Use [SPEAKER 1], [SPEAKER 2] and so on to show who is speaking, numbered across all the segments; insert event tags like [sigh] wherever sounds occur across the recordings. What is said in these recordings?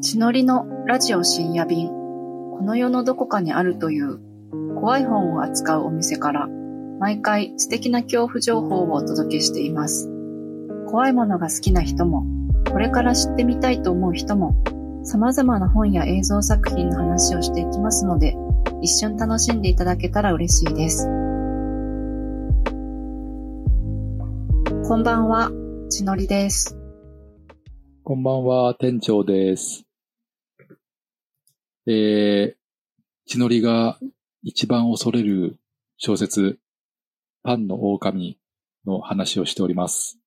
[SPEAKER 1] 血のりのラジオ深夜便この世のどこかにあるという怖い本を扱うお店から毎回素敵な恐怖情報をお届けしています怖いものが好きな人もこれから知ってみたいと思う人も様々な本や映像作品の話をしていきますので一瞬楽しんでいただけたら嬉しいですこんばんはちのりです
[SPEAKER 2] こんばんは、店長です。えー、血のりが一番恐れる小説、パンの狼の話をしております。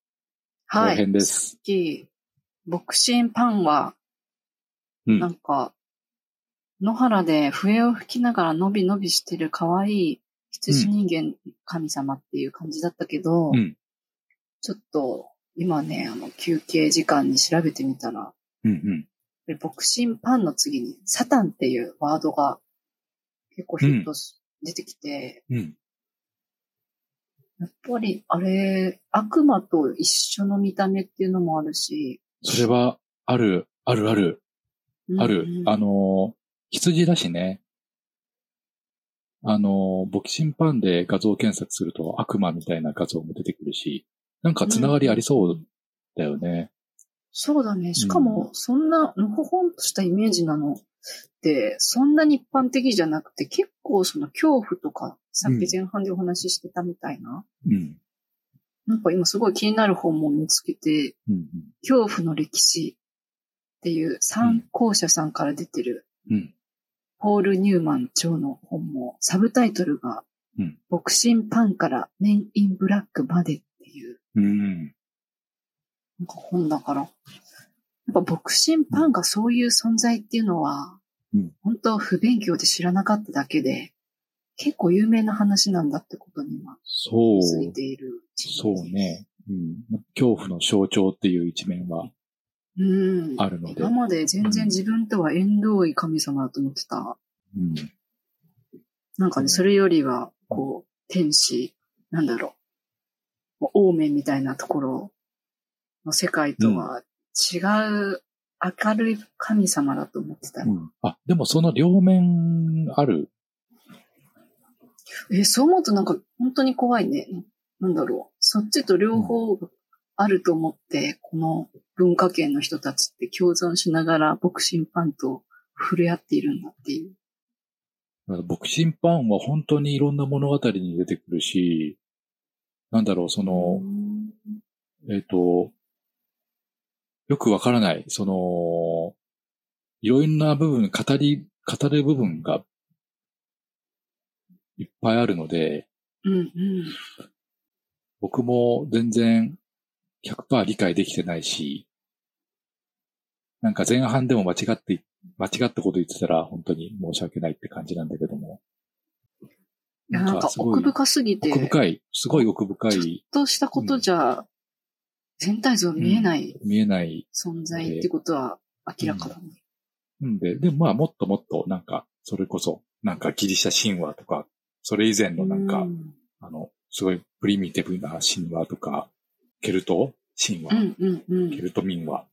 [SPEAKER 1] は
[SPEAKER 2] 後
[SPEAKER 1] い
[SPEAKER 2] 編です。
[SPEAKER 1] さっき、ボクシンパンは、
[SPEAKER 2] うん
[SPEAKER 1] なんか、野原で笛を吹きながらのびのびしてる可愛い羊人間神様っていう感じだったけど、
[SPEAKER 2] うん
[SPEAKER 1] ちょっと今ね、あの休憩時間に調べてみたら、
[SPEAKER 2] うんうん。
[SPEAKER 1] ボクシンパンの次にサタンっていうワードが結構ヒットし、出てきて、
[SPEAKER 2] うん。
[SPEAKER 1] やっぱりあれ、悪魔と一緒の見た目っていうのもあるし、
[SPEAKER 2] それは、ある、あるある、ある。
[SPEAKER 1] うん
[SPEAKER 2] あのー、羊だしね。あのー、ボキシンパンで画像検索すると悪魔みたいな画像も出てくるし、なんかつながりありそうだよね。
[SPEAKER 1] そうだね。しかも、そんな、のほほんとしたイメージなのって、そんなに一般的じゃなくて、結構その恐怖とか、さっき前半でお話ししてたみたいな。
[SPEAKER 2] うん。
[SPEAKER 1] なんか今すごい気になる本も見つけて、
[SPEAKER 2] うんうん。
[SPEAKER 1] 恐怖の歴史っていう参考者さんから出てる、
[SPEAKER 2] うん
[SPEAKER 1] ポール・ニューマン長の本も、サブタイトルが、
[SPEAKER 2] うん
[SPEAKER 1] ボクシンパンからメン・イン・ブラックまでっていう、
[SPEAKER 2] うん。
[SPEAKER 1] なんか本だから。やっぱボクシンパンがそういう存在っていうのは、
[SPEAKER 2] うん
[SPEAKER 1] 本当不勉強で知らなかっただけで、結構有名な話なんだってことに今
[SPEAKER 2] そ
[SPEAKER 1] 気
[SPEAKER 2] う。
[SPEAKER 1] づいている。
[SPEAKER 2] そう。ね。うん。恐怖の象徴っていう一面は。
[SPEAKER 1] うん。
[SPEAKER 2] あるので
[SPEAKER 1] 今まで全然自分とは縁遠い神様だと思ってた。
[SPEAKER 2] うん。
[SPEAKER 1] なんか
[SPEAKER 2] うん
[SPEAKER 1] ね、それよりは、こう、天使、なんだろう。もうオーメンみたいなところの世界とは違う明るい神様だと思ってた。
[SPEAKER 2] うんあ、でもその両面ある。
[SPEAKER 1] え、そう思うとなんか本当に怖いね。なんだろう。そっちと両方あると思って、この文化圏の人たちって共存しながらボクシンパンと触れ合っているんだっていう。
[SPEAKER 2] ボクシンパンは本当にいろんな物語に出てくるし、なんだろう、その、えっ、と、よくわからない、その、いろんな部分、語り、語る部分がいっぱいあるので、
[SPEAKER 1] うんうん。
[SPEAKER 2] 僕も全然100%理解できてないし、なんか前半でも間違って、間違ったこと言ってたら本当に申し訳ないって感じなんだけども。
[SPEAKER 1] いや、なんか
[SPEAKER 2] すご
[SPEAKER 1] 奥
[SPEAKER 2] い、
[SPEAKER 1] 深すぎて、
[SPEAKER 2] 奥
[SPEAKER 1] ちょっ
[SPEAKER 2] 深い、すごい奥深い、
[SPEAKER 1] としたことじゃ、全体像見えない
[SPEAKER 2] 見えない。
[SPEAKER 1] 存在ってことは明らかだね。
[SPEAKER 2] んで、でもまあもっともっとなんか、それこそ、なんかギリシャ神話とか、それ以前のなんか、
[SPEAKER 1] うん
[SPEAKER 2] あの、すごいプリミティブな神話とか、ケルト神話、
[SPEAKER 1] うんうんうん
[SPEAKER 2] ケルト民話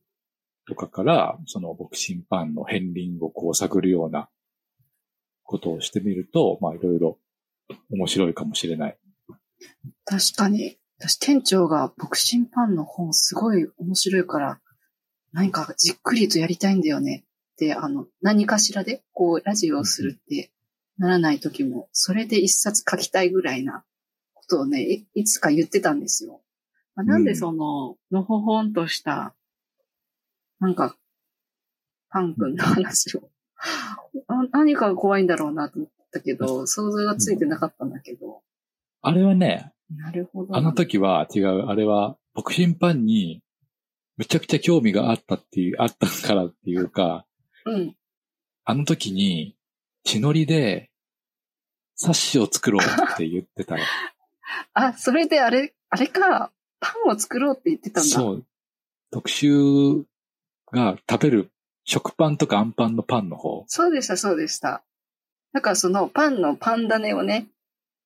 [SPEAKER 2] とかから、そのボクシンパンの片鱗をこう探るようなことをしてみると、まあいろいろ面白いかもしれない。
[SPEAKER 1] 確かに。私、店長がボクシンパンの本すごい面白いから、何かじっくりとやりたいんだよねって、あの、何かしらで、こう、ラジオをするってならない時も、それで一冊書きたいぐらいなことをね、いいつか言ってたんですよ。まあ、なんでその、のほほんとした、なんか、パン君の話を、な何かが怖いんだろうなと思ったけど、想像がついてなかったんだけど、
[SPEAKER 2] あれはね、
[SPEAKER 1] なるほどな。
[SPEAKER 2] あの時は違う、あれはボクシンパンにむちゃくちゃ興味があったっていう、あったからっていうか、
[SPEAKER 1] うん。
[SPEAKER 2] あの時に血のりで冊子を作ろうって言って
[SPEAKER 1] [laughs]
[SPEAKER 2] た。
[SPEAKER 1] あ、それであれ、あれか、パンを作ろうって言ってたんだ。
[SPEAKER 2] そう。特集が食べる食パンとかアンパンのパンの方。
[SPEAKER 1] そうでした、そうでした。だからそのパンのパン種をね、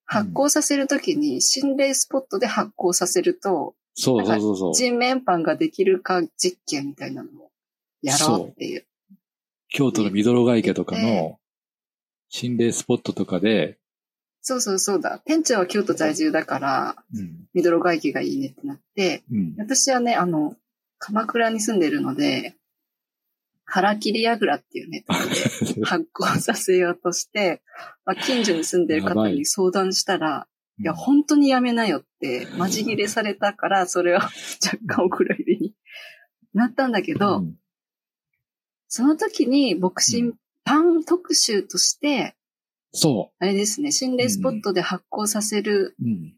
[SPEAKER 1] 発酵させるときに心霊スポットで発酵させると、
[SPEAKER 2] そうそうそうそう。
[SPEAKER 1] 人面パンができるか実験みたいなのをやろうっていう。
[SPEAKER 2] 京都のミドロガ池とかの心霊スポットとかで、
[SPEAKER 1] そうそうそうだ。店長は京都在住だから、
[SPEAKER 2] うん、
[SPEAKER 1] ミドロ外気がいいねってなって、
[SPEAKER 2] うん、
[SPEAKER 1] 私はね、あの、鎌倉に住んでるので、腹切り櫓っていうね、発行させようと
[SPEAKER 2] [laughs]
[SPEAKER 1] して、まあ、近所に住んでる
[SPEAKER 2] やば
[SPEAKER 1] 方
[SPEAKER 2] い
[SPEAKER 1] に相談したら、い
[SPEAKER 2] [laughs]
[SPEAKER 1] や、本当にやめなよって、マジ切れされたから、そ
[SPEAKER 2] [laughs]
[SPEAKER 1] れは若干お蔵入れになったんだけど、
[SPEAKER 2] うん
[SPEAKER 1] その時にボクシングパン特集として、
[SPEAKER 2] そ
[SPEAKER 1] あれですね、心霊スポットで発酵させる、
[SPEAKER 2] う、うん、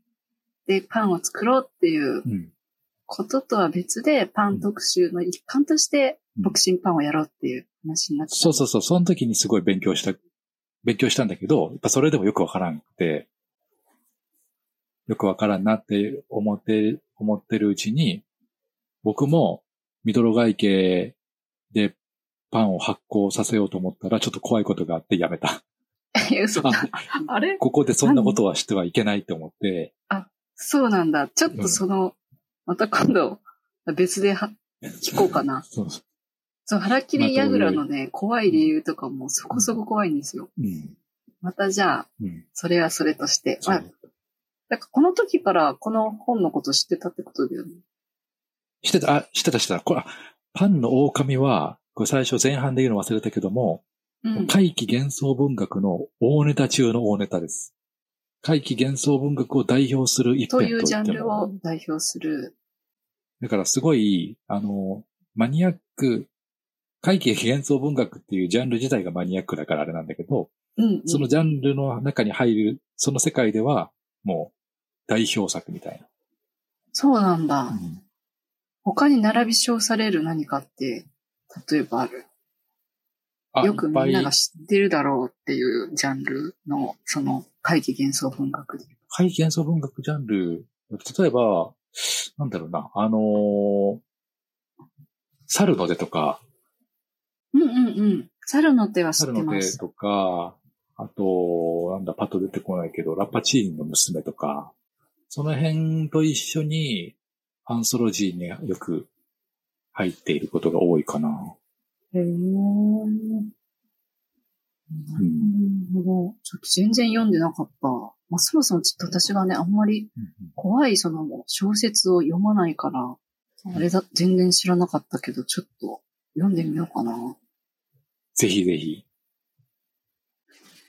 [SPEAKER 1] で、パンを作ろうっていう
[SPEAKER 2] うん、
[SPEAKER 1] こととは別で、パン特集の一環として、
[SPEAKER 2] うん
[SPEAKER 1] ボクシングパンをやろうっていう話になってた
[SPEAKER 2] そうそうそう、その時にすごい勉強した、勉強したんだけど、やっぱそれでもよくわからんくて、よくわからんなって思って、思ってるうちに、僕も、ミドロ外形でパンを発酵させようと思ったら、ちょっと怖いことがあってやめた。
[SPEAKER 1] え嘘だ。 [laughs] あれ
[SPEAKER 2] ここでそんなことはしてはいけないと思って、
[SPEAKER 1] そうなんだ。ちょっとその、また今度、別では聞こうかな。
[SPEAKER 2] そう
[SPEAKER 1] そう、腹切りヤグラのね、怖い理由とかもそこそこ怖いんですよ。
[SPEAKER 2] うん、
[SPEAKER 1] またじゃあ、
[SPEAKER 2] うん、
[SPEAKER 1] それはそれとして。
[SPEAKER 2] そ
[SPEAKER 1] ま
[SPEAKER 2] う
[SPEAKER 1] あ、だからこの時からこの本のこと知ってたってことだよね。
[SPEAKER 2] してた、あ、してたしてた。これ、あパンの狼は、これ最初前半で言うの忘れたけども、
[SPEAKER 1] うん。
[SPEAKER 2] 怪奇幻想文学の大ネタ中の大ネタです。怪奇幻想文学を代表する一
[SPEAKER 1] と
[SPEAKER 2] 編
[SPEAKER 1] い
[SPEAKER 2] と言
[SPEAKER 1] う
[SPEAKER 2] って
[SPEAKER 1] ジャンル
[SPEAKER 2] も。
[SPEAKER 1] を代表する。
[SPEAKER 2] だからすごい、あの、マニアック、怪奇幻想文学っていうジャンル自体がマニアックだからあれなんだけど、
[SPEAKER 1] うん、
[SPEAKER 2] そのジャンルの中に入る、その世界では、もう、代表作みたい
[SPEAKER 1] そうなん
[SPEAKER 2] な。
[SPEAKER 1] だ。他に並び称される何かって、例えばある。
[SPEAKER 2] あ
[SPEAKER 1] よく
[SPEAKER 2] いっぱ
[SPEAKER 1] みん
[SPEAKER 2] い
[SPEAKER 1] なが知ってるだろうっていうジャンルの、その、怪奇幻想文学で。
[SPEAKER 2] 怪奇幻想文学ジャンル、例えば、なんだろうな、あのー猿の手とか、
[SPEAKER 1] うんうんうん。猿の手は知っ
[SPEAKER 2] 猿
[SPEAKER 1] て
[SPEAKER 2] の
[SPEAKER 1] ま
[SPEAKER 2] 手
[SPEAKER 1] す。
[SPEAKER 2] とか、あと、なんだ、パッと出てこないけど、ラッパチーニの娘とか、その辺と一緒に、アンソロジーによく入っていることが多いかな。
[SPEAKER 1] へえ。
[SPEAKER 2] う
[SPEAKER 1] なんるほど。ちょっと全然読んでなかった。まあ、そもそもちょっと私がね、あんまり怖いその小説を読まないから、あれだ、全然知らなかったけど、ちょっと読んでみようかな。
[SPEAKER 2] ぜひぜひ。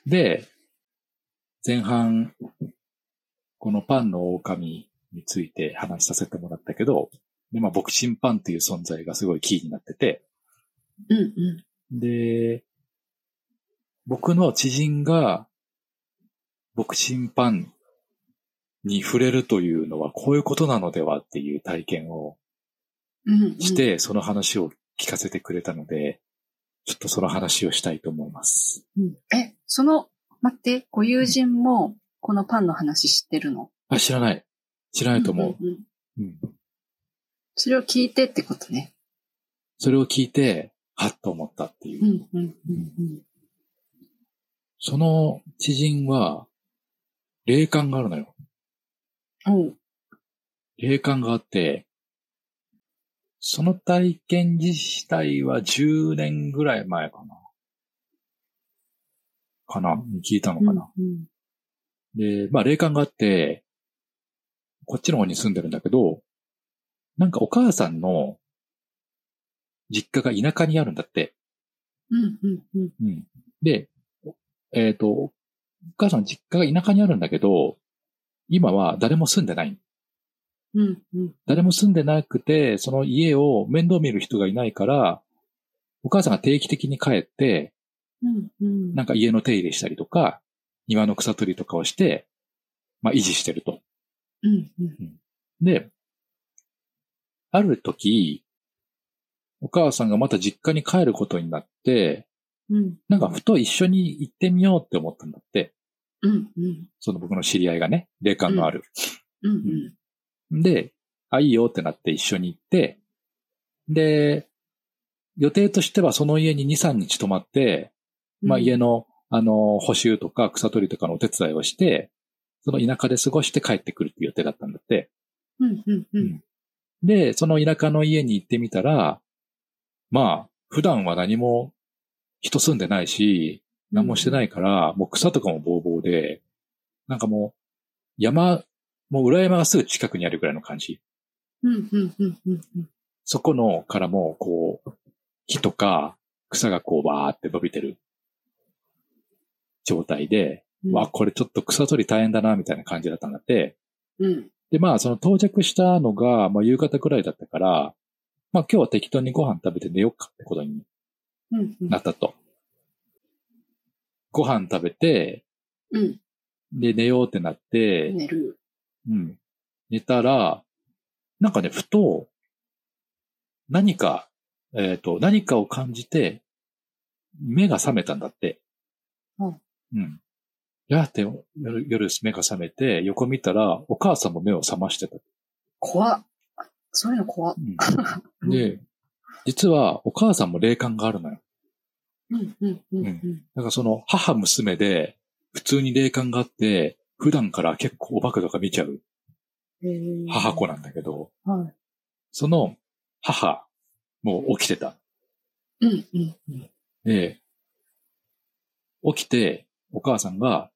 [SPEAKER 2] で、前半、このパンの狼について話させてもらったけど、で、まあ、ボクシンパンっていう存在がすごいキーになってて、
[SPEAKER 1] うんう
[SPEAKER 2] で、僕の知人が、ボクシンパンに触れるというのはこういうことなのではっていう体験を
[SPEAKER 1] ん。うん、うん。
[SPEAKER 2] して、その話を聞かせてくれたので、ちょっとその話をしたいと思います。
[SPEAKER 1] うんえ、その、待って、ご友人も、このパンの話知ってるの
[SPEAKER 2] あ、知らない。知らないと思
[SPEAKER 1] んんん
[SPEAKER 2] う。うん。
[SPEAKER 1] それを聞いてってことね。
[SPEAKER 2] それを聞いて、はっと思ったっていう
[SPEAKER 1] う。ん、うん、うん、うん。
[SPEAKER 2] その知人は、霊感があるのよ。
[SPEAKER 1] おう
[SPEAKER 2] 霊感があって、その体験自体は10年ぐらい前かな。かな聞いたのかな、
[SPEAKER 1] うんうん
[SPEAKER 2] で、まあ霊感があって、こっちの方に住んでるんだけど、なんかお母さんの実家が田舎にあるんだって。
[SPEAKER 1] うん、うん、うん。
[SPEAKER 2] うん。で、えっ、と、お母さん実家が田舎にあるんだけど、今は誰も住んでない。
[SPEAKER 1] うん、うん。
[SPEAKER 2] 誰も住んでなくて、その家を面倒見る人がいないから、お母さんが定期的に帰って、
[SPEAKER 1] うん、うん。
[SPEAKER 2] なんか家の手入れしたりとか、庭の草取りとかをして、まあ維持してると。
[SPEAKER 1] うん、うん。
[SPEAKER 2] で、ある時、お母さんがまた実家に帰ることになって、
[SPEAKER 1] うん、
[SPEAKER 2] なんかふと一緒に行ってみようって思ったんだって。
[SPEAKER 1] うん、うん。
[SPEAKER 2] その僕の知り合いがね、霊感のある。
[SPEAKER 1] うん、うん。
[SPEAKER 2] で、あ、いいよってなって一緒に行って、で、予定としてはその家に2、3日泊まって、まあ家
[SPEAKER 1] の。
[SPEAKER 2] の、あの、補修とか草取りとかのお手伝いをして、その田舎で過ごして帰ってくるっていう予定だったんだって。
[SPEAKER 1] うん、うん、う
[SPEAKER 2] うん
[SPEAKER 1] ん。
[SPEAKER 2] で、その田舎の家に行ってみたら、まあ、普段は何も人住んでないし、何もしてないから、もう草とかもボーボーで、なんかもう、山、もう裏山がすぐ近くにあるぐらいの感じ。
[SPEAKER 1] うん、うん、うん、うん。
[SPEAKER 2] そこのからも、こう、木とか草がこうバーって伸びてる状態で、
[SPEAKER 1] うん
[SPEAKER 2] わ、これちょっと草取り大変だな、みたいな感じだったんだって。
[SPEAKER 1] うん。
[SPEAKER 2] で、まあ、その到着したのが、まあ、夕方くらいだったから、まあ、今日は適当にご飯食べて寝ようかってことに
[SPEAKER 1] うん、うん
[SPEAKER 2] なったと。ご飯食べて、
[SPEAKER 1] うん。
[SPEAKER 2] で、寝ようってなって、
[SPEAKER 1] 寝る。
[SPEAKER 2] うん。寝たら、なんかね、ふと、何か、えっ、と、何かを感じて、目が覚めたんだって。
[SPEAKER 1] うん。
[SPEAKER 2] うん。やーって夜、夜目が覚めて、横見たら、お母さんも目を覚ましてた。
[SPEAKER 1] 怖っ。そういうの怖っ。
[SPEAKER 2] う
[SPEAKER 1] [laughs]
[SPEAKER 2] んで、実はお母さんも霊感があるのよ。
[SPEAKER 1] うん、うん、うん、うん。
[SPEAKER 2] なんかその母娘で普通に霊感があって、普段から結構お化けとか見ちゃう
[SPEAKER 1] えー
[SPEAKER 2] 母子なんだけど、
[SPEAKER 1] は
[SPEAKER 2] その母も起きてた。
[SPEAKER 1] い。うん、うん、うん。
[SPEAKER 2] で、起きてお母さんが、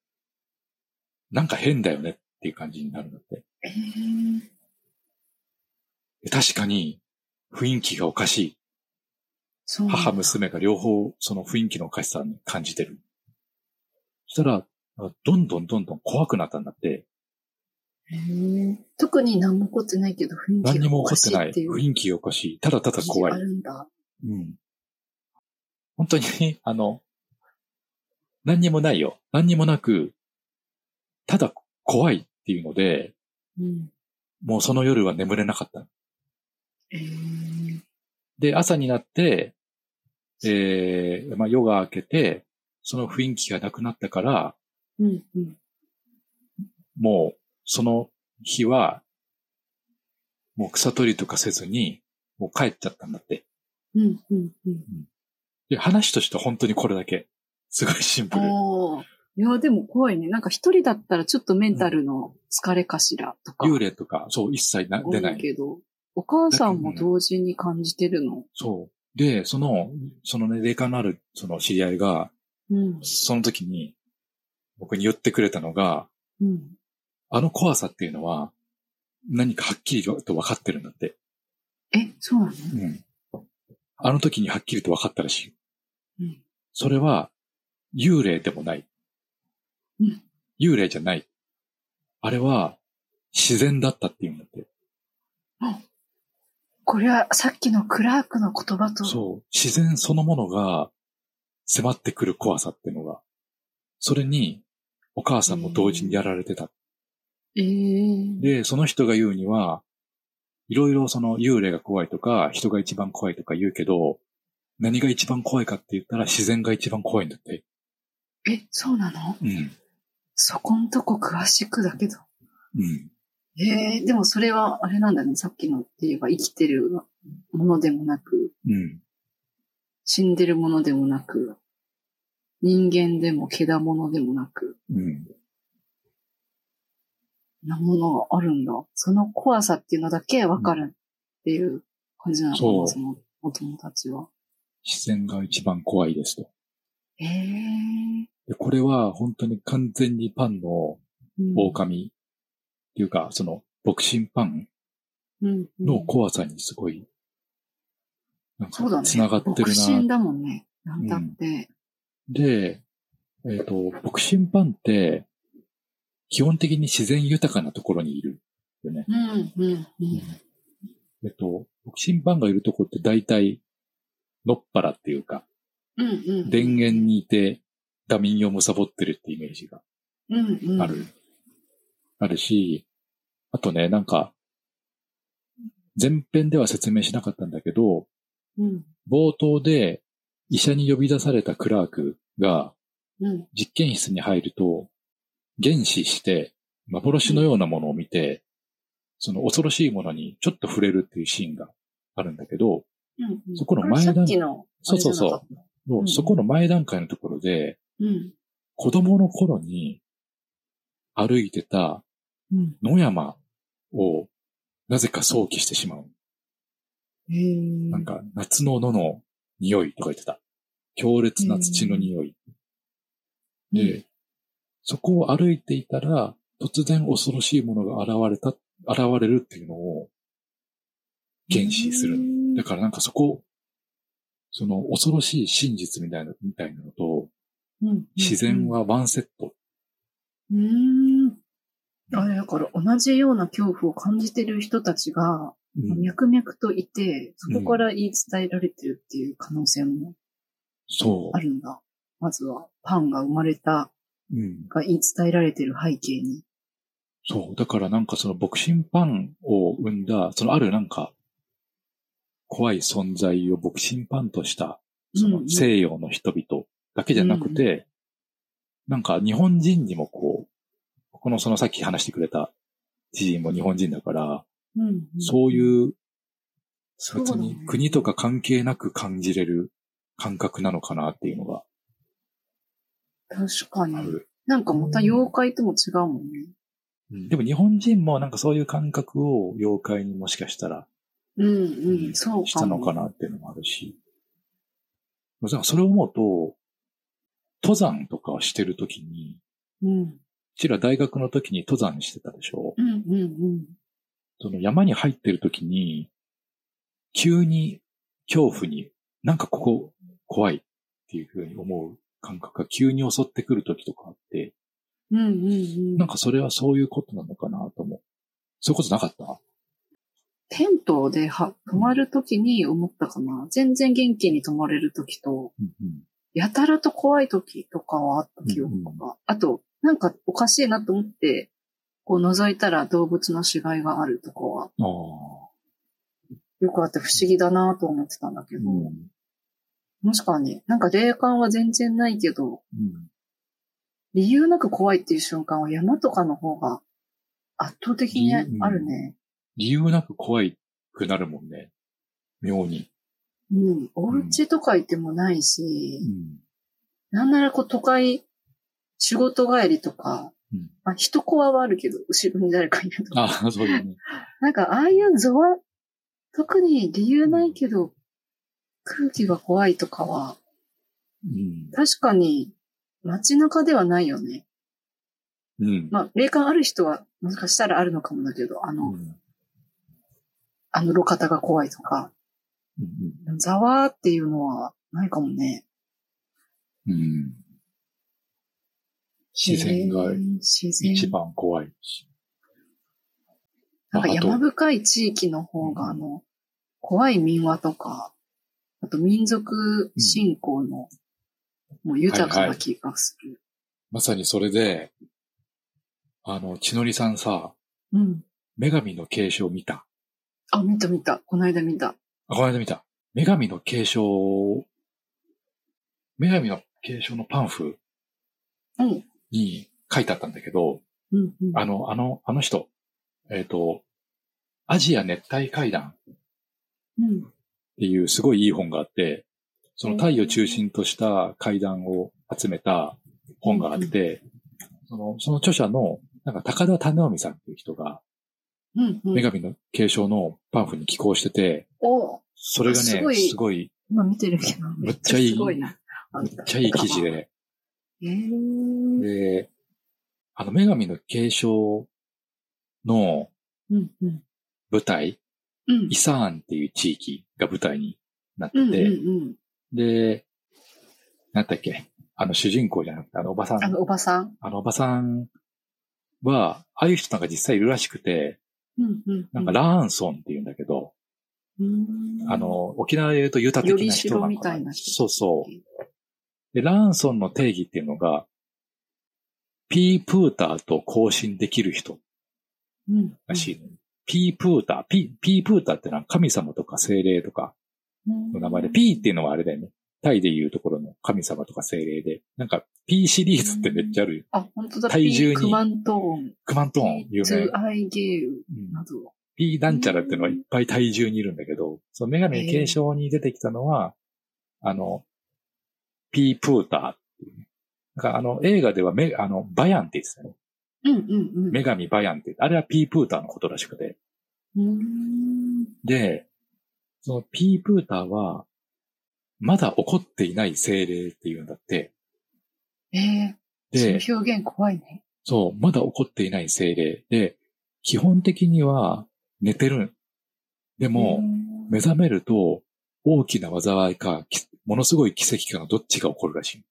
[SPEAKER 2] なんか変だよねっていう感じになるんだって。
[SPEAKER 1] えー
[SPEAKER 2] で確かに雰囲気がおかしい。
[SPEAKER 1] そうなんだ
[SPEAKER 2] 母、。娘が両方、その雰囲気のおかしさに感じてる。そしたら、どんどんどんどん怖くなったんだって、
[SPEAKER 1] えー特に何も起こってないけど、雰囲気
[SPEAKER 2] 何に
[SPEAKER 1] が
[SPEAKER 2] も
[SPEAKER 1] お
[SPEAKER 2] 起こ
[SPEAKER 1] か
[SPEAKER 2] って
[SPEAKER 1] し
[SPEAKER 2] ないい。
[SPEAKER 1] っていう。
[SPEAKER 2] 雰囲気がおかしい。ただただ怖
[SPEAKER 1] あ
[SPEAKER 2] い。
[SPEAKER 1] るんだ。
[SPEAKER 2] うん。本当に、 [laughs] あの、何にもないよ。何にもなく、ただ怖いっていうので、
[SPEAKER 1] うん。
[SPEAKER 2] もうその夜は眠れなかった。
[SPEAKER 1] えー
[SPEAKER 2] で、朝になって、えー、まあ夜が明けて、その雰囲気がなくなったから、
[SPEAKER 1] うん、うん。
[SPEAKER 2] もう、その日は、もう草取りとかせずに、もう帰っちゃったんだって。
[SPEAKER 1] うん、うん、うん。
[SPEAKER 2] で、話としては本当にこれだけ。すごいシンプル。
[SPEAKER 1] ああ。いや、でも怖いね。なんか一人だったらちょっとメンタルの疲れかしらとか。
[SPEAKER 2] 幽霊とか、そう、一切な出な
[SPEAKER 1] 多い
[SPEAKER 2] い。
[SPEAKER 1] けど、お母さんも同時に感じてるの。
[SPEAKER 2] そう。で、その、そのね、霊感のある、その知り合いが、
[SPEAKER 1] うん。
[SPEAKER 2] その時に、僕に言ってくれたのが、
[SPEAKER 1] うん。
[SPEAKER 2] あの怖さっていうのは、何かはっきりと分かってるんだって。
[SPEAKER 1] え、そうなの
[SPEAKER 2] うん。あの時にはっきりと分かったらしい。
[SPEAKER 1] うん。
[SPEAKER 2] それは、幽霊でもない。
[SPEAKER 1] うん
[SPEAKER 2] 幽霊じゃない。あれは、自然だったっていうんだって。
[SPEAKER 1] これはさっきのクラークの言葉と、
[SPEAKER 2] そう。自然そのものが、迫ってくる怖さっていうのが。それに、お母さんも同時にやられてた。
[SPEAKER 1] ええー。
[SPEAKER 2] で、その人が言うには、いろいろその幽霊が怖いとか、人が一番怖いとか言うけど、何が一番怖いかって言ったら自然が一番怖いんだって。
[SPEAKER 1] え、そうなの
[SPEAKER 2] うん。
[SPEAKER 1] そこんとこ詳しくだけど。
[SPEAKER 2] うん。
[SPEAKER 1] ええでもそれはあれなんだね。さっきのって言えば生きてるものでもなく、
[SPEAKER 2] うん。
[SPEAKER 1] 死んでるものでもなく、人間でもけだものでもなく、
[SPEAKER 2] うん。
[SPEAKER 1] なものがあるんだ。その怖さっていうのだけわかるっていう感じなのかな、
[SPEAKER 2] そう
[SPEAKER 1] そのお友達は。
[SPEAKER 2] 自然が一番怖いですと。
[SPEAKER 1] ええ
[SPEAKER 2] でこれは本当に完全にパンの
[SPEAKER 1] うん
[SPEAKER 2] 狼っていうか、その、ボクシンパン
[SPEAKER 1] うんうん
[SPEAKER 2] の怖さにすごい、なん
[SPEAKER 1] そうだ
[SPEAKER 2] か、
[SPEAKER 1] ね。
[SPEAKER 2] 繋がってる
[SPEAKER 1] 独身
[SPEAKER 2] な。
[SPEAKER 1] だもんね。なんだって。
[SPEAKER 2] で、えっ、と、ボクシンパンって、基本的に自然豊かなところにいるよね。
[SPEAKER 1] うん、うん、うん。
[SPEAKER 2] えっ、と、ボクシンパンがいるところって大体、のっぱらっていうか、
[SPEAKER 1] うん、うん。
[SPEAKER 2] 田園にいて、ダミンを貪ってるってイメージが
[SPEAKER 1] うん、うん。
[SPEAKER 2] ある。。あるし、あとね、なんか、前編では説明しなかったんだけど、
[SPEAKER 1] うん、
[SPEAKER 2] 冒頭で医者に呼び出されたクラークが
[SPEAKER 1] うん、
[SPEAKER 2] 実験室に入ると、原始して幻のようなものを見て、その恐ろしいものにちょっと触れるっていうシーンがあるんだけど、
[SPEAKER 1] うん。うん
[SPEAKER 2] そこの前段
[SPEAKER 1] れさっきの、
[SPEAKER 2] そうそうそう
[SPEAKER 1] あれじゃなかった。
[SPEAKER 2] もう
[SPEAKER 1] うん
[SPEAKER 2] そこの前段階のところで、
[SPEAKER 1] うん、
[SPEAKER 2] 子供の頃に歩いてた
[SPEAKER 1] うん。
[SPEAKER 2] 野山をなぜか想起してしまう。
[SPEAKER 1] へえ。
[SPEAKER 2] なんか、夏の野の匂いとか言ってた。強烈な土の匂
[SPEAKER 1] う
[SPEAKER 2] い。
[SPEAKER 1] ん
[SPEAKER 2] で、そこを歩いていたら、突然恐ろしいものが現れた、現れるっていうのを、原始する。だからなんかそこ、その恐ろしい真実みたいな、みたいなのと、
[SPEAKER 1] うん
[SPEAKER 2] 自然。はワンセット。
[SPEAKER 1] うん。あれ、だから同じような恐怖を感じてる人たちが、
[SPEAKER 2] うん
[SPEAKER 1] 脈々といて、そこから言い伝えられてるっていう可能性も
[SPEAKER 2] そ
[SPEAKER 1] あるんだ。まずは、パンが生まれた
[SPEAKER 2] う。うん。
[SPEAKER 1] が言い伝えられてる背景に。
[SPEAKER 2] そう。だからなんかそのボクシングパンを生んだ、そのあるなんか、怖い存在をボクシングパンとした、そ
[SPEAKER 1] うんう
[SPEAKER 2] の
[SPEAKER 1] ん
[SPEAKER 2] 西洋の人々だけじゃなくて、なんか日本人にもこう、このそのさっき話してくれた知人も日本人だから、
[SPEAKER 1] うん
[SPEAKER 2] そう
[SPEAKER 1] う
[SPEAKER 2] いう
[SPEAKER 1] そ
[SPEAKER 2] 別
[SPEAKER 1] うだね
[SPEAKER 2] に国とか関係なく感じれる感覚なのかなっていうのが
[SPEAKER 1] 確か
[SPEAKER 2] あ
[SPEAKER 1] に。
[SPEAKER 2] る。
[SPEAKER 1] なんかまた妖怪とも違うもんね。
[SPEAKER 2] うんでも日本人もなんかそういう感覚を妖怪にもしかしたら
[SPEAKER 1] うんうん、そうかも。
[SPEAKER 2] したのかなっていうのもあるし。だからそれを思うと、登山とかをしてるときに、
[SPEAKER 1] うん。
[SPEAKER 2] うちら大学の時に登山してたでしょ
[SPEAKER 1] うんうんうん。
[SPEAKER 2] その山に入ってる時に、急に恐怖に、なんかここ怖いっていうふうに思う感覚が急に襲ってくる時とかあって、
[SPEAKER 1] うんうんうん。
[SPEAKER 2] なんかそれはそういうことなのかなと思う。そういうことなかった
[SPEAKER 1] テントでは泊まるときに思ったかな。全然元気に泊まれるときと、やたらと怖いときとかはあった記憶が。
[SPEAKER 2] うん
[SPEAKER 1] あと、なんかおかしいなと思って、こう覗いたら動物の死骸があるとかは、
[SPEAKER 2] ああ。
[SPEAKER 1] よくあって不思議だなと思ってたんだけど、
[SPEAKER 2] うん
[SPEAKER 1] 確かになんか霊感は全然ないけど、
[SPEAKER 2] うん
[SPEAKER 1] 理由なく怖いっていう瞬間は山とかの方が圧倒的にあるね。
[SPEAKER 2] 理由なく怖いくなるもんね。妙に。
[SPEAKER 1] うん。お家とか行ってもないし、
[SPEAKER 2] うん
[SPEAKER 1] なんならこう都会、仕事帰りとか、
[SPEAKER 2] うん
[SPEAKER 1] まあ人コアはあるけど、後ろに誰かいるとか。
[SPEAKER 2] ああ、そうだね。
[SPEAKER 1] なんかああいうゾワ、特に理由ないけど、空気が怖いとかは、
[SPEAKER 2] うん。
[SPEAKER 1] 確かに街中ではないよね。
[SPEAKER 2] うん。
[SPEAKER 1] まあ、霊感ある人は、もしかしたらあるのかもだけど、あ
[SPEAKER 2] う
[SPEAKER 1] の、
[SPEAKER 2] ん
[SPEAKER 1] あの路肩が怖いとか、
[SPEAKER 2] うん
[SPEAKER 1] ザワーっていうのはないかもね。
[SPEAKER 2] うん自然が
[SPEAKER 1] えー自然
[SPEAKER 2] 一番怖いし。
[SPEAKER 1] なんか
[SPEAKER 2] ああと
[SPEAKER 1] 山深い地域の方
[SPEAKER 2] うん
[SPEAKER 1] が、あの、怖い民話とか、あと民族信仰の、もう豊かな気がする。
[SPEAKER 2] まさにそれで、あの、千のりさんさ、
[SPEAKER 1] うん。
[SPEAKER 2] 女神の継承見た。
[SPEAKER 1] あ、見た見た。この間見た。
[SPEAKER 2] あ、この間見た。女神の継承、女神の継承のパンフ
[SPEAKER 1] うん。
[SPEAKER 2] に書いてあったんだけど、
[SPEAKER 1] うん、うん。
[SPEAKER 2] あの、あの、あの人、えっ、と、アジア熱帯会談
[SPEAKER 1] うん。
[SPEAKER 2] っていうすごいいい本があって、そのタイを中心とした会談を集めた本があって、そのその著者の、なんか高田種臣さんっていう人が、
[SPEAKER 1] うん、う
[SPEAKER 2] 女
[SPEAKER 1] ん。
[SPEAKER 2] 神の継承のパンフに寄稿してて、
[SPEAKER 1] お
[SPEAKER 2] それがね、
[SPEAKER 1] あ
[SPEAKER 2] す
[SPEAKER 1] す
[SPEAKER 2] ご
[SPEAKER 1] ご
[SPEAKER 2] い、
[SPEAKER 1] い
[SPEAKER 2] すごい、
[SPEAKER 1] 今見てるけど。
[SPEAKER 2] むっちゃいい
[SPEAKER 1] すごいな。あん
[SPEAKER 2] めったちゃいい記事。で、
[SPEAKER 1] えー。
[SPEAKER 2] で、あの、女神の継承の
[SPEAKER 1] うん、うん。
[SPEAKER 2] 舞台、
[SPEAKER 1] うん
[SPEAKER 2] イ。サーンっていう地域が舞台になって
[SPEAKER 1] うん、うん、
[SPEAKER 2] て、
[SPEAKER 1] うん。
[SPEAKER 2] で、なんだっけ、あの、主人公じゃなくて、あの、おばさん
[SPEAKER 1] あの、おばさん。
[SPEAKER 2] あのおばさんは、ああいう人なんか実際いるらしくて、
[SPEAKER 1] うん、うん。
[SPEAKER 2] なんかラーンソンって言うんだけど、
[SPEAKER 1] うん、
[SPEAKER 2] あの、、沖縄で言うとユタ的
[SPEAKER 1] より
[SPEAKER 2] な人
[SPEAKER 1] 城
[SPEAKER 2] なん
[SPEAKER 1] みた
[SPEAKER 2] か
[SPEAKER 1] い
[SPEAKER 2] な。
[SPEAKER 1] な人
[SPEAKER 2] そうそう。で、ラーンソンの定義っていうのが、ピープーターと交信できる人
[SPEAKER 1] うん。
[SPEAKER 2] らしいの、ピープーター、ピー、ピープーターってのは神様とか精霊とか
[SPEAKER 1] うん。
[SPEAKER 2] の名前で、ピーっていうのはあれだよね。タイで言うところの神様とか精霊で、なんか、ピーシリーズってめっちゃあるよ。
[SPEAKER 1] あ、本当だ。
[SPEAKER 2] 体重に
[SPEAKER 1] ピークマントーン。
[SPEAKER 2] クマントーン、有名
[SPEAKER 1] ツ。アイゲーウ
[SPEAKER 2] うん
[SPEAKER 1] など。
[SPEAKER 2] ピーなんちゃらっていうのはいっぱい体重にいるんだけど、その女神継承に出てきたのは、あの、ピープーターっていうね。なんかあの、映画ではめ、あの、バヤンって言ってたね。
[SPEAKER 1] うんうんうん
[SPEAKER 2] 女神バヤンって、あれはピープーターのことらしくて。
[SPEAKER 1] うーん。
[SPEAKER 2] で、そのピープーターは、まだ起こっていない精霊っていうんだって。
[SPEAKER 1] ええ
[SPEAKER 2] で、
[SPEAKER 1] その表現怖いね。
[SPEAKER 2] そう、まだ起こっていない精霊。で、基本的には寝てる。でも、
[SPEAKER 1] うん
[SPEAKER 2] 目覚めると、大きな災いか、きものすごい奇跡かのどっちが起こるらしい。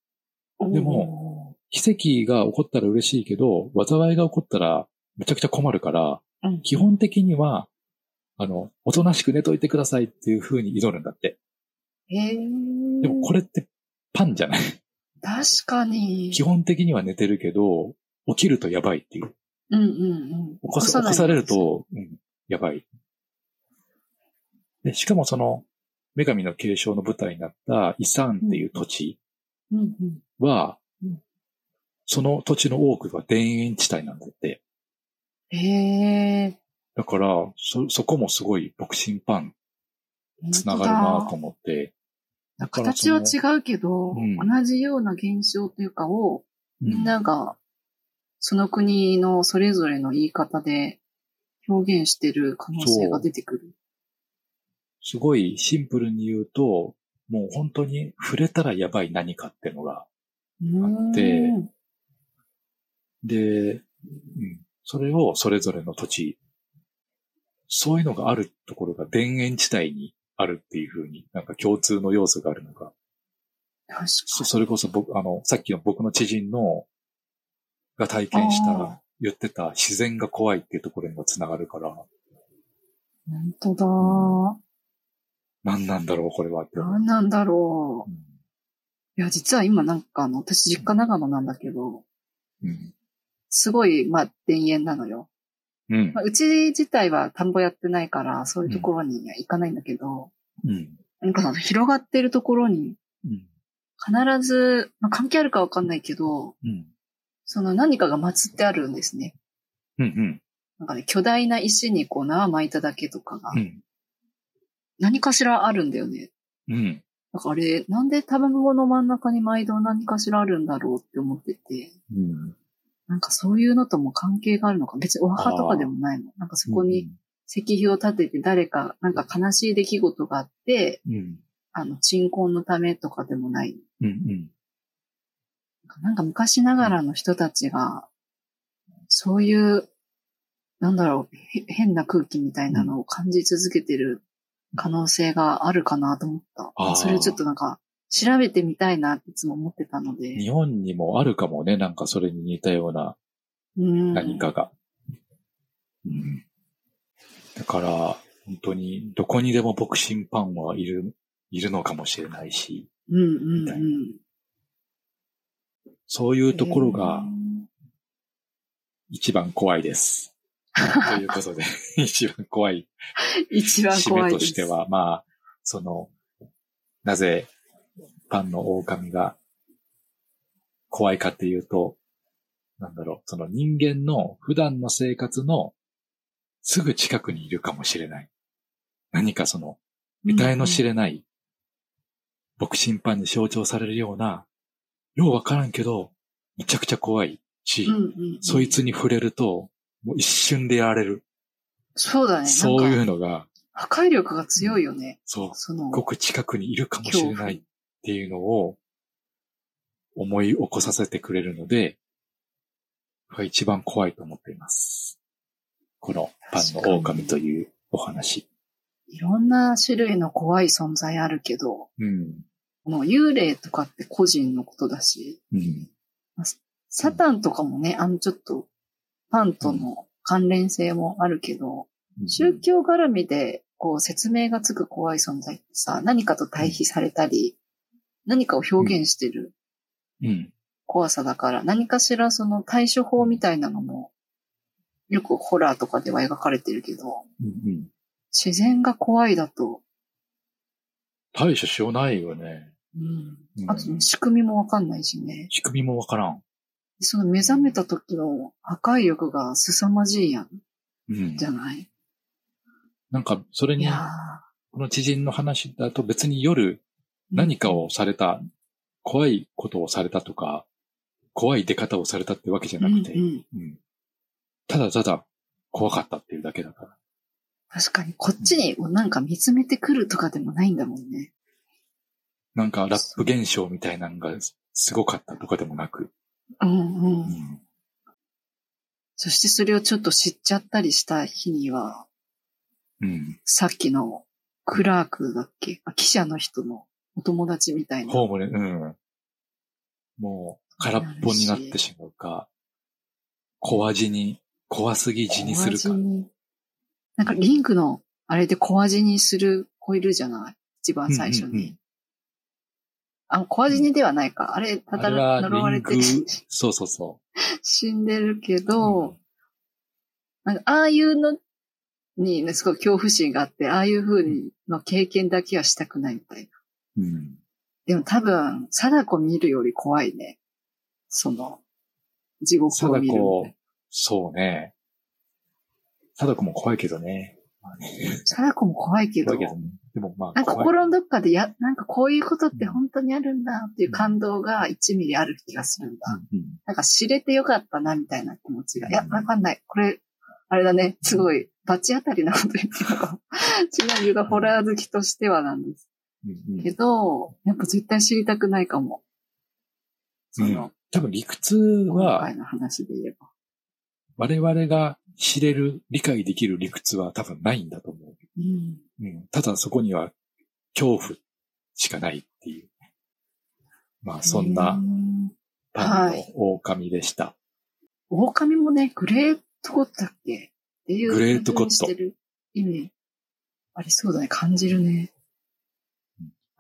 [SPEAKER 2] でも、奇跡が起こったら嬉しいけど、災いが起こったらめちゃくちゃ困るから、
[SPEAKER 1] おーうん、
[SPEAKER 2] 基本的には、あの、おとなしく寝といてくださいっていう風に祈るんだって。
[SPEAKER 1] ええ
[SPEAKER 2] でもこれってパンじゃない。
[SPEAKER 1] 確かに。
[SPEAKER 2] 基本的には寝てるけど、起きるとやばいっていう。
[SPEAKER 1] うんうんうん。
[SPEAKER 2] 起こす
[SPEAKER 1] 起こさない
[SPEAKER 2] 起こされると、うん、やばい。で、しかもその、女神の継承の舞台になったイサンっていう土地
[SPEAKER 1] うんうん。
[SPEAKER 2] は、
[SPEAKER 1] うん
[SPEAKER 2] その土地の多くが田園地帯なんだって。
[SPEAKER 1] ええ
[SPEAKER 2] だから、そ、そこもすごいボクシンパン
[SPEAKER 1] ー。
[SPEAKER 2] つながるなと思って。だからそ
[SPEAKER 1] 形
[SPEAKER 2] の
[SPEAKER 1] は違うけど、
[SPEAKER 2] うん
[SPEAKER 1] 同じような現象というかを、
[SPEAKER 2] う
[SPEAKER 1] みんなが、その国のそれぞれの言い方で表現してる可能性が出てくる。
[SPEAKER 2] すごいシンプルに言うと、もう本当に触れたらやばい何かってのが。
[SPEAKER 1] う
[SPEAKER 2] あって
[SPEAKER 1] ーん
[SPEAKER 2] で、うん、それをそれぞれの土地、そういうのがあるところが田園地帯にあるっていうふうに、なんか共通の要素があるのが、
[SPEAKER 1] 確か
[SPEAKER 2] そそれこそ僕、あの、さっきの僕の知人の、が体験し
[SPEAKER 1] あー
[SPEAKER 2] た、言ってた自然が怖いっていうところにも繋がるから、
[SPEAKER 1] に。本当
[SPEAKER 2] 何なんだろう、これはって
[SPEAKER 1] だ。。何なんだろ
[SPEAKER 2] う
[SPEAKER 1] う。
[SPEAKER 2] ん
[SPEAKER 1] いや、実は今なんかあの、私実家長野なんだけど、
[SPEAKER 2] うん。
[SPEAKER 1] すごい、まあ、田園なのよ。
[SPEAKER 2] うん
[SPEAKER 1] まあ、うち自体は田んぼやってないから、そういうところには行かないんだけど、
[SPEAKER 2] うん。
[SPEAKER 1] なんかその広がってるところに、
[SPEAKER 2] うん。
[SPEAKER 1] 必ず、まあ、関係あるかわかんないけど、
[SPEAKER 2] うん。
[SPEAKER 1] その何かが祀ってあるんですね。
[SPEAKER 2] うん。
[SPEAKER 1] なんかね、巨大な石にこう縄巻いただけとかが
[SPEAKER 2] う、ん。
[SPEAKER 1] 何かしらあるんだよね。
[SPEAKER 2] うん。
[SPEAKER 1] なんかあれ、なんで田んぼの真ん中に毎度何かしらあるんだろうって思ってて、
[SPEAKER 2] うん。
[SPEAKER 1] なんかそういうのとも関係があるのか、別にお墓とかでもないの。なんかそこに、石碑を建てて誰か、なんか悲しい出来事があって、
[SPEAKER 2] うん。
[SPEAKER 1] あの、鎮魂のためとかでもない。
[SPEAKER 2] うん。うん。
[SPEAKER 1] なんか昔ながらの人たちが、そういう、なんだろう、へ変な空気みたいなのを感じ続けてる可能性があるかなと思った。
[SPEAKER 2] あー
[SPEAKER 1] それをちょっとなんか、調べてみたいなっていつも思ってたので。
[SPEAKER 2] 日本にもあるかもね、なんかそれに似たような
[SPEAKER 1] うん。
[SPEAKER 2] 何かが。うん。だから、本当に、どこにでもボクシンパンはいる、いるのかもしれないし、
[SPEAKER 1] うんうんうん。
[SPEAKER 2] そういうところが
[SPEAKER 1] へー
[SPEAKER 2] 一番怖いです。ということで、 [laughs] 一番怖い
[SPEAKER 1] 一番
[SPEAKER 2] 締
[SPEAKER 1] 怖
[SPEAKER 2] め
[SPEAKER 1] いで
[SPEAKER 2] と
[SPEAKER 1] す。
[SPEAKER 2] しては、まあ、その、なぜ、パンの狼が怖いかっていうと、なんだろう、その人間の普段の生活のすぐ近くにいるかもしれない。何かその、
[SPEAKER 1] うん、
[SPEAKER 2] 得体の知れない、僕審判に象徴されるような、ようわからんけど、めちゃくちゃ怖いし、
[SPEAKER 1] うんうんうん
[SPEAKER 2] そい。つに触れると、もう一瞬でやられる。
[SPEAKER 1] そうだね。
[SPEAKER 2] そ
[SPEAKER 1] そう
[SPEAKER 2] う
[SPEAKER 1] い。
[SPEAKER 2] いううのが、
[SPEAKER 1] 破壊力が強いよね。
[SPEAKER 2] そう、
[SPEAKER 1] その、
[SPEAKER 2] ごく近くにいるかもしれないっていうのを思い起こさせてくれるので、これが一番怖いと思っています。このパンの狼というお話。
[SPEAKER 1] いろんな種類の怖い存在あるけど、
[SPEAKER 2] うん。
[SPEAKER 1] もう幽霊とかって個人のことだし、
[SPEAKER 2] うん。
[SPEAKER 1] サタンとかもね、あのちょっと、パンとの関連性もあるけど、宗教絡みでこう説明がつく怖い存在ってさ、何かと対比されたり、何かを表現してる
[SPEAKER 2] うん。
[SPEAKER 1] 怖さだから、何かしらその対処法みたいなのも、よくホラーとかでは描かれてるけど、
[SPEAKER 2] うん。うん。
[SPEAKER 1] 自然が怖いだと、
[SPEAKER 2] 対処しようないよね。
[SPEAKER 1] うん、
[SPEAKER 2] うん
[SPEAKER 1] あとね仕組みもわかんないしね。
[SPEAKER 2] 仕組みもわからん。
[SPEAKER 1] その目覚めた時の破壊力が凄まじいやん、
[SPEAKER 2] うん
[SPEAKER 1] じ。ゃない
[SPEAKER 2] なんか、それ
[SPEAKER 1] い
[SPEAKER 2] に
[SPEAKER 1] や、
[SPEAKER 2] この知人の話だと別に夜
[SPEAKER 1] ー
[SPEAKER 2] 何かをされた、怖いことをされたとか、怖い出方をされたってわけじゃなくて、
[SPEAKER 1] うんうん
[SPEAKER 2] うんただただ怖かったっていうだけだから。
[SPEAKER 1] 確かに、こっちになんか見つめてくるとかでもないんだもんね。
[SPEAKER 2] なんかラップ現象みたいなのがすごかったとかでもなく。
[SPEAKER 1] うんう。
[SPEAKER 2] うんん
[SPEAKER 1] そしてそれをちょっと知っちゃったりした日には、
[SPEAKER 2] うん。
[SPEAKER 1] さっきのクラークだっけあ記者の人のお友達みたいな。
[SPEAKER 2] ホームレうん。もう、空っぽになってしまうか、小味に、怖すぎ字にする
[SPEAKER 1] 小
[SPEAKER 2] か
[SPEAKER 1] 味。になんかリンクのあれで小味にする子いるじゃない一番最初に。
[SPEAKER 2] うんうんうん
[SPEAKER 1] あ、小味にではないか。あれ、たた
[SPEAKER 2] あれは
[SPEAKER 1] 呪われて
[SPEAKER 2] リンそうそうそ
[SPEAKER 1] [laughs] 死んでるけ
[SPEAKER 2] う。
[SPEAKER 1] ど、
[SPEAKER 2] うん
[SPEAKER 1] なんか、ああいうのに、ね、すごい恐怖心があって、ああいう風にの経験だけはしたくないみたいな。
[SPEAKER 2] うん。
[SPEAKER 1] でも多分、貞子見るより怖いね。その、地獄を見るみたい
[SPEAKER 2] そうね。貞子も怖いけどね。
[SPEAKER 1] な。貞子も怖いけど
[SPEAKER 2] 怖い、けどね。でもま
[SPEAKER 1] な
[SPEAKER 2] あ、
[SPEAKER 1] んか
[SPEAKER 2] 怖い。
[SPEAKER 1] 心のどっかでや、なんかこういうことって本当にあるんだっていう感動が1ミリある気がするんだ。
[SPEAKER 2] うんうん
[SPEAKER 1] なんか知れてよかったなみたいな気持ちが。いや
[SPEAKER 2] う、ん
[SPEAKER 1] わかんない。これ、あれだね。すごい、罰当たりなこと言ってるかも [laughs] ちなみに、ホラー好きとしてはなんです
[SPEAKER 2] うんうん
[SPEAKER 1] けど、やっぱ絶対知りたくないかも。そ
[SPEAKER 2] うん
[SPEAKER 1] の、
[SPEAKER 2] 多分理屈
[SPEAKER 1] 今
[SPEAKER 2] は
[SPEAKER 1] 回、の話で言えば。
[SPEAKER 2] 我々が知れる、理解できる理屈は多分ないんだと思う。
[SPEAKER 1] うん。
[SPEAKER 2] うん、ただそこには恐怖しかないっていう。まあそん
[SPEAKER 1] う。
[SPEAKER 2] なんパン
[SPEAKER 1] は
[SPEAKER 2] の
[SPEAKER 1] い
[SPEAKER 2] 狼でした。
[SPEAKER 1] 狼もね、グレートゴッドだっけっていう
[SPEAKER 2] グレートゴ
[SPEAKER 1] 感
[SPEAKER 2] ッド
[SPEAKER 1] じをしてる意味ありそうだね。感じるね。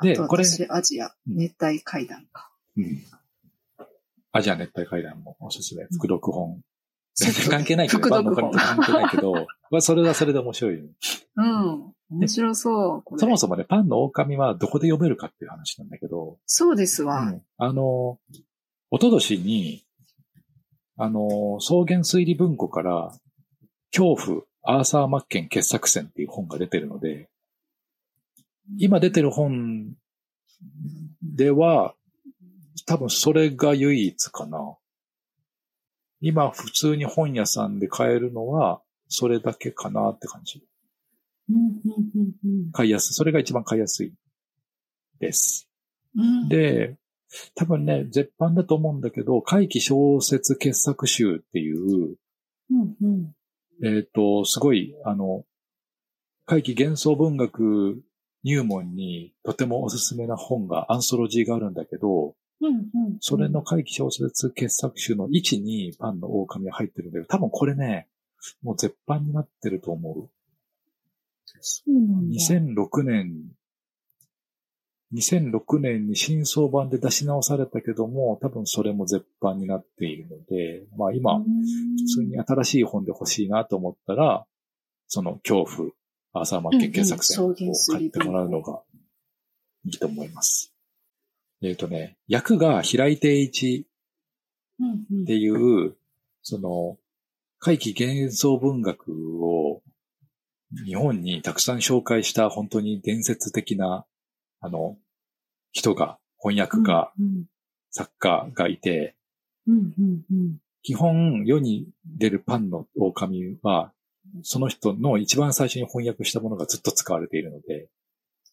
[SPEAKER 2] で、
[SPEAKER 1] あと
[SPEAKER 2] これ、
[SPEAKER 1] 私アジア熱帯会談か。
[SPEAKER 2] うん、アジア熱帯会談もおすすめ。副読本。
[SPEAKER 1] そう
[SPEAKER 2] 全然 [laughs] 関係ないけど、
[SPEAKER 1] 副
[SPEAKER 2] バン
[SPEAKER 1] 読
[SPEAKER 2] の
[SPEAKER 1] 本
[SPEAKER 2] 神と関係ないけど、まあそれはそれで面白いよね。
[SPEAKER 1] うん。面白そう。これ
[SPEAKER 2] そもそもね、パンの狼はどこで読めるかっていう話なんだけど、
[SPEAKER 1] そうですわ。
[SPEAKER 2] うんあの、おととしに、あの、草原推理文庫から、恐怖、アーサー・マッケン傑作選っていう本が出てるので、今出てる本では、多分それが唯一かな。今普通に本屋さんで買えるのは、それだけかなって感じ。
[SPEAKER 1] うんうんうん
[SPEAKER 2] 買いやすい。それが一番買いやすいです。
[SPEAKER 1] うん、
[SPEAKER 2] で、多分ね、絶版だと思うんだけど、怪奇小説傑作集っていう、
[SPEAKER 1] うんうん
[SPEAKER 2] えっ、と、すごい、あの、怪奇幻想文学入門にとてもおすすめな本が、アンソロジーがあるんだけど、
[SPEAKER 1] うんうん
[SPEAKER 2] それの怪奇小説傑作集の1にパンの狼が入ってるんだけど、多分これね、もう絶版になってると思う。
[SPEAKER 1] そうなんだ
[SPEAKER 2] 2006年、2006年に新装版で出し直されたけども、多分それも絶版になっているので、まあ今、普通に新しい本で欲しいなと思ったら、その恐怖、アーサーマッケン傑作選
[SPEAKER 1] うんう
[SPEAKER 2] を
[SPEAKER 1] ん草原水
[SPEAKER 2] 買
[SPEAKER 1] 流
[SPEAKER 2] ってもらうのがいいと思います。えっ、とね、役が平井定一
[SPEAKER 1] うんう
[SPEAKER 2] っ
[SPEAKER 1] ん
[SPEAKER 2] ていう、その、怪奇幻想文学を日本にたくさん紹介した本当に伝説的な、あの、人が、翻訳家、
[SPEAKER 1] うん
[SPEAKER 2] 作家がいて、
[SPEAKER 1] うんうんうん
[SPEAKER 2] 基本世に出るパンの狼は、その人の一番最初に翻訳したものがずっと使われているので、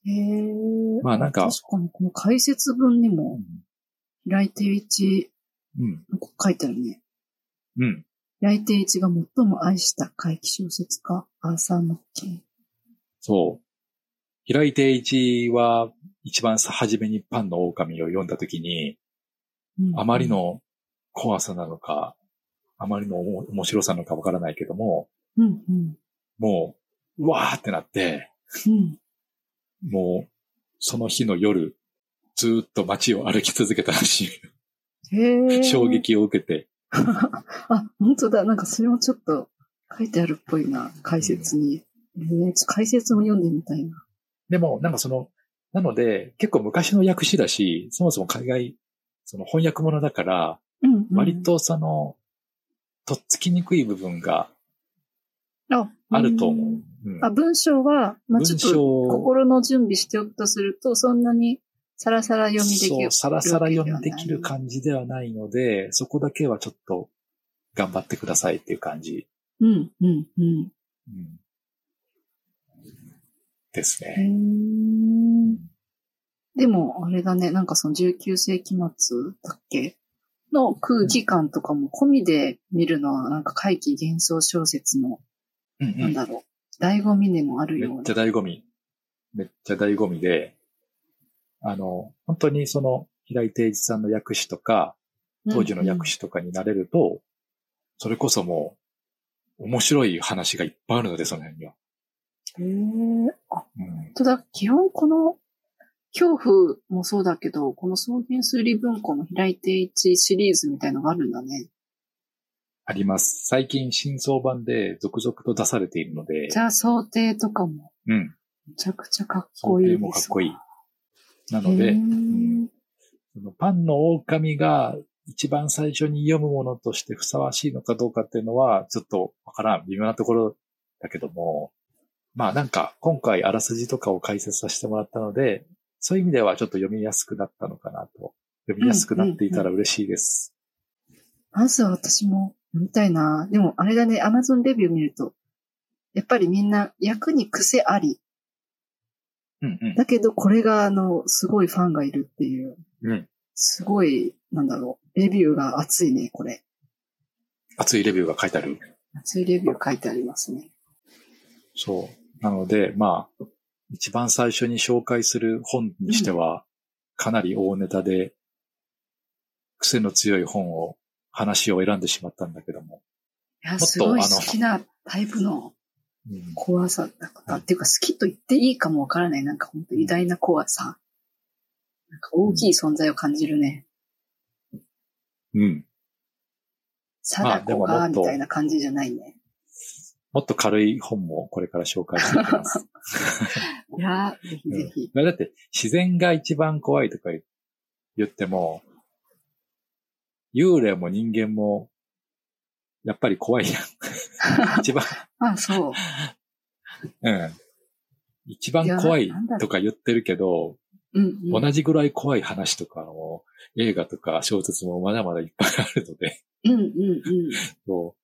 [SPEAKER 1] へえ。
[SPEAKER 2] まあなんか
[SPEAKER 1] 確かにこの解説文にも、平井定一
[SPEAKER 2] うん、
[SPEAKER 1] のこと書いてあるね。
[SPEAKER 2] うん、
[SPEAKER 1] 平井定一が最も愛した怪奇小説家、アーサー・マッケン。
[SPEAKER 2] そう。平井定一は一番初めにパンの狼を読んだときに、
[SPEAKER 1] うん
[SPEAKER 2] あまり、の怖さなのか、あまりの面面白さなのかわからないけども、
[SPEAKER 1] うんうん
[SPEAKER 2] もう、うわーってなって、
[SPEAKER 1] うん、
[SPEAKER 2] もう、その日の夜、ずーっと街を歩き続けたらしい。
[SPEAKER 1] へえ。
[SPEAKER 2] 衝。撃を受けて。
[SPEAKER 1] あ、本当だ。なんかそれもちょっと書いてあるっぽいな。解説に。えーちょ解説も読んでみたいな。
[SPEAKER 2] でも、なんかその、なので、結構昔の訳詞だし、そもそも海外、その翻訳者だから、
[SPEAKER 1] うん、うん。
[SPEAKER 2] 割、とその、とっつきにくい部分が
[SPEAKER 1] あ
[SPEAKER 2] あると思う。
[SPEAKER 1] ん
[SPEAKER 2] うん
[SPEAKER 1] あ、文章は、まあ、ちょっと
[SPEAKER 2] 文章
[SPEAKER 1] 心の準備しておくとすると、そんなにさらさら読みでき
[SPEAKER 2] そう、
[SPEAKER 1] る。
[SPEAKER 2] さらさら読みできる感じではないので、そこだけはちょっと頑張ってくださいっていう感じ、
[SPEAKER 1] うん、うん、うん。
[SPEAKER 2] うんです
[SPEAKER 1] へ
[SPEAKER 2] ね。
[SPEAKER 1] ーでも、あれだね、なんかその19世紀末だっけの空気感とかも込みで見るのは、なんか怪奇幻想小説の、
[SPEAKER 2] うんう
[SPEAKER 1] なん
[SPEAKER 2] ん。
[SPEAKER 1] だろう、醍醐味でもある
[SPEAKER 2] めっ
[SPEAKER 1] よう
[SPEAKER 2] ちゃ
[SPEAKER 1] な。
[SPEAKER 2] 醍醐味。めっちゃ醍醐味で、あの、本当にその、平井誠一さんの訳師とか、当時の
[SPEAKER 1] 役
[SPEAKER 2] 訳師とかになれると、それこそもう、面白い話がいっぱいあるので、その辺には。
[SPEAKER 1] へえ、あ、
[SPEAKER 2] うん。
[SPEAKER 1] ただ、基本この、恐怖もそうだけど、この草原数理文庫の平井定一シリーズみたいのがあるんだね。
[SPEAKER 2] あります。最近、新装版で続々と出されているので、
[SPEAKER 1] じゃあ、想定とかも、
[SPEAKER 2] うん。
[SPEAKER 1] めちゃくちゃかっ
[SPEAKER 2] 想
[SPEAKER 1] こいいで
[SPEAKER 2] 定
[SPEAKER 1] す。
[SPEAKER 2] もかっこいい。な
[SPEAKER 1] な
[SPEAKER 2] ので、
[SPEAKER 1] うん
[SPEAKER 2] ん、そのパンの狼が一番最初に読むものとしてふさわしいのかどうかっていうのは、ちょっとわからん、微妙なところだけども、まあなんか、今回あらすじとかを解説させてもらったので、そういう意味ではちょっと読みやすくなったのかなと。読みやすくなっていたら嬉しいです。
[SPEAKER 1] まずは私も読みたいな。でも、あれだね、アマゾンレビュー見ると、やっぱりみんな役に癖あり。
[SPEAKER 2] うんうん。
[SPEAKER 1] だけど、これが、あの、すごいファンがいるっていう、
[SPEAKER 2] うん。
[SPEAKER 1] すごい、なんだろう、レビューが熱いね、これ。
[SPEAKER 2] 熱いレビューが書いてある。
[SPEAKER 1] 熱いレビュー書いてありますね。
[SPEAKER 2] そう。なので、まあ、一番最初に紹介する本にしては、かなり大ネタで、癖の強い本を、話を選んでしまったんだけども。
[SPEAKER 1] いや、
[SPEAKER 2] と
[SPEAKER 1] すごい
[SPEAKER 2] あの
[SPEAKER 1] 好きなタイプの
[SPEAKER 2] うん
[SPEAKER 1] 怖さだった。
[SPEAKER 2] うん
[SPEAKER 1] っていうか、好きと言っていいかもわからない。なんか本当偉大な怖さ。なんか大きい存在を感じるね。
[SPEAKER 2] うん。
[SPEAKER 1] 貞子
[SPEAKER 2] ま
[SPEAKER 1] が、
[SPEAKER 2] あでももっ
[SPEAKER 1] み
[SPEAKER 2] と
[SPEAKER 1] たいな感じじゃないね。
[SPEAKER 2] もっと軽い本もこれから紹介していき [laughs] ます。
[SPEAKER 1] いやー、ぜひぜひ。
[SPEAKER 2] だって、自然が一番怖いとか言っても、幽霊も人間も、やっぱり怖いや [laughs] ん。一番、
[SPEAKER 1] まあ、そう。
[SPEAKER 2] うん。一番怖いとか言ってるけど、
[SPEAKER 1] うん、うん。
[SPEAKER 2] 同じぐらい怖い話とかも、映画とか小説もまだまだいっぱいあるので、 [laughs]
[SPEAKER 1] うん、うん、うん。
[SPEAKER 2] そう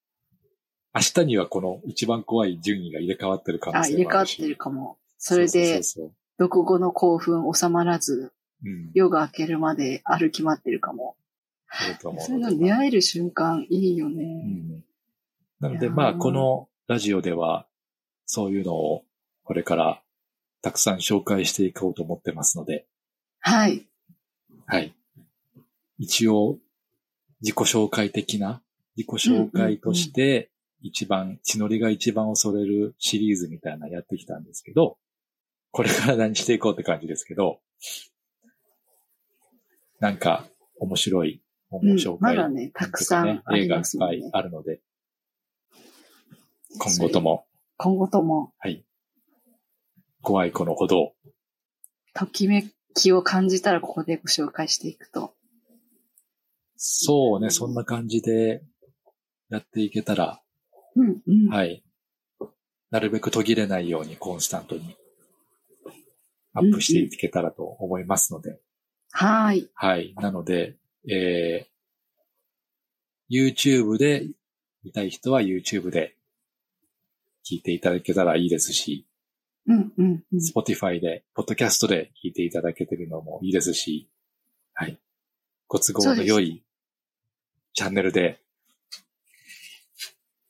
[SPEAKER 2] 明日にはこの一番怖い順位が入れ替わってる可能
[SPEAKER 1] あ、入
[SPEAKER 2] 性
[SPEAKER 1] れ
[SPEAKER 2] も
[SPEAKER 1] 替わ
[SPEAKER 2] あ
[SPEAKER 1] っ
[SPEAKER 2] るし。
[SPEAKER 1] てるかも。それで、
[SPEAKER 2] そうそう
[SPEAKER 1] 毒語の興奮収まらず、
[SPEAKER 2] そううん。
[SPEAKER 1] 夜が明けるまで歩き回ってるかも。
[SPEAKER 2] あると思う
[SPEAKER 1] そういうの
[SPEAKER 2] ので
[SPEAKER 1] に出会える瞬間、いいよ
[SPEAKER 2] う
[SPEAKER 1] ね。
[SPEAKER 2] んなの
[SPEAKER 1] い
[SPEAKER 2] で、
[SPEAKER 1] やー
[SPEAKER 2] まあ、このラジオでは、そういうのをこれからたくさん紹介していこうと思ってますので、
[SPEAKER 1] はい。
[SPEAKER 2] はい。一応、自己紹介的な、自己紹介として、一番、血のりが一番恐れるシリーズみたいなのやってきたんですけど、これから何していこうって感じですけど、なんか、面白い本
[SPEAKER 1] う
[SPEAKER 2] を
[SPEAKER 1] ん
[SPEAKER 2] 紹、
[SPEAKER 1] ま
[SPEAKER 2] 介
[SPEAKER 1] だね、たくさんあ
[SPEAKER 2] 映
[SPEAKER 1] り
[SPEAKER 2] 画いっ
[SPEAKER 1] ますも
[SPEAKER 2] ぱ
[SPEAKER 1] ん
[SPEAKER 2] い
[SPEAKER 1] ね。
[SPEAKER 2] あるので、今後とも、
[SPEAKER 1] 今後とも、
[SPEAKER 2] はい。怖い子の歩道。
[SPEAKER 1] ときめきを感じたらここでご紹介していくと。
[SPEAKER 2] そうね、そんな感じでやっていけたら、
[SPEAKER 1] うん、うん。
[SPEAKER 2] はい。なるべく途切れないようにコンスタントにアップしていけたらと思いますので、
[SPEAKER 1] はーい。
[SPEAKER 2] はい。なので、えー、YouTube で見たい人は YouTube で聞いていただけたらいいですし、
[SPEAKER 1] うん、うん、うん。
[SPEAKER 2] Spotify で、ポッドキャストで聞いていただけてるのもいいですし、はい。ご都合の良いチャンネルで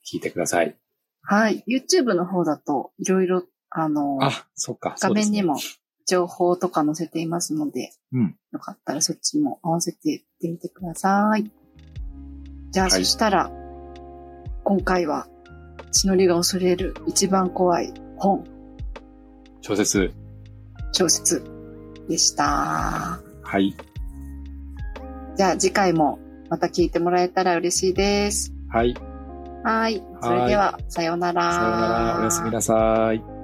[SPEAKER 2] 聞いてください。
[SPEAKER 1] はい。YouTube の方だと、いろいろ、あの、
[SPEAKER 2] あ、そうか。
[SPEAKER 1] 画面に
[SPEAKER 2] そう
[SPEAKER 1] も情報とか載せていますので、
[SPEAKER 2] うん
[SPEAKER 1] よかったらそっちも合わせていってみてください。じゃあ、
[SPEAKER 2] はい
[SPEAKER 1] そしたら、今回は、血のりが恐れる一番怖い本、
[SPEAKER 2] ですね。小説。
[SPEAKER 1] 小説でした。
[SPEAKER 2] はい。
[SPEAKER 1] じゃあ次回もまた聞いてもらえたら嬉しいです。
[SPEAKER 2] はい。
[SPEAKER 1] はい。それでは、さようなら。
[SPEAKER 2] さようなら。おやすみなさい。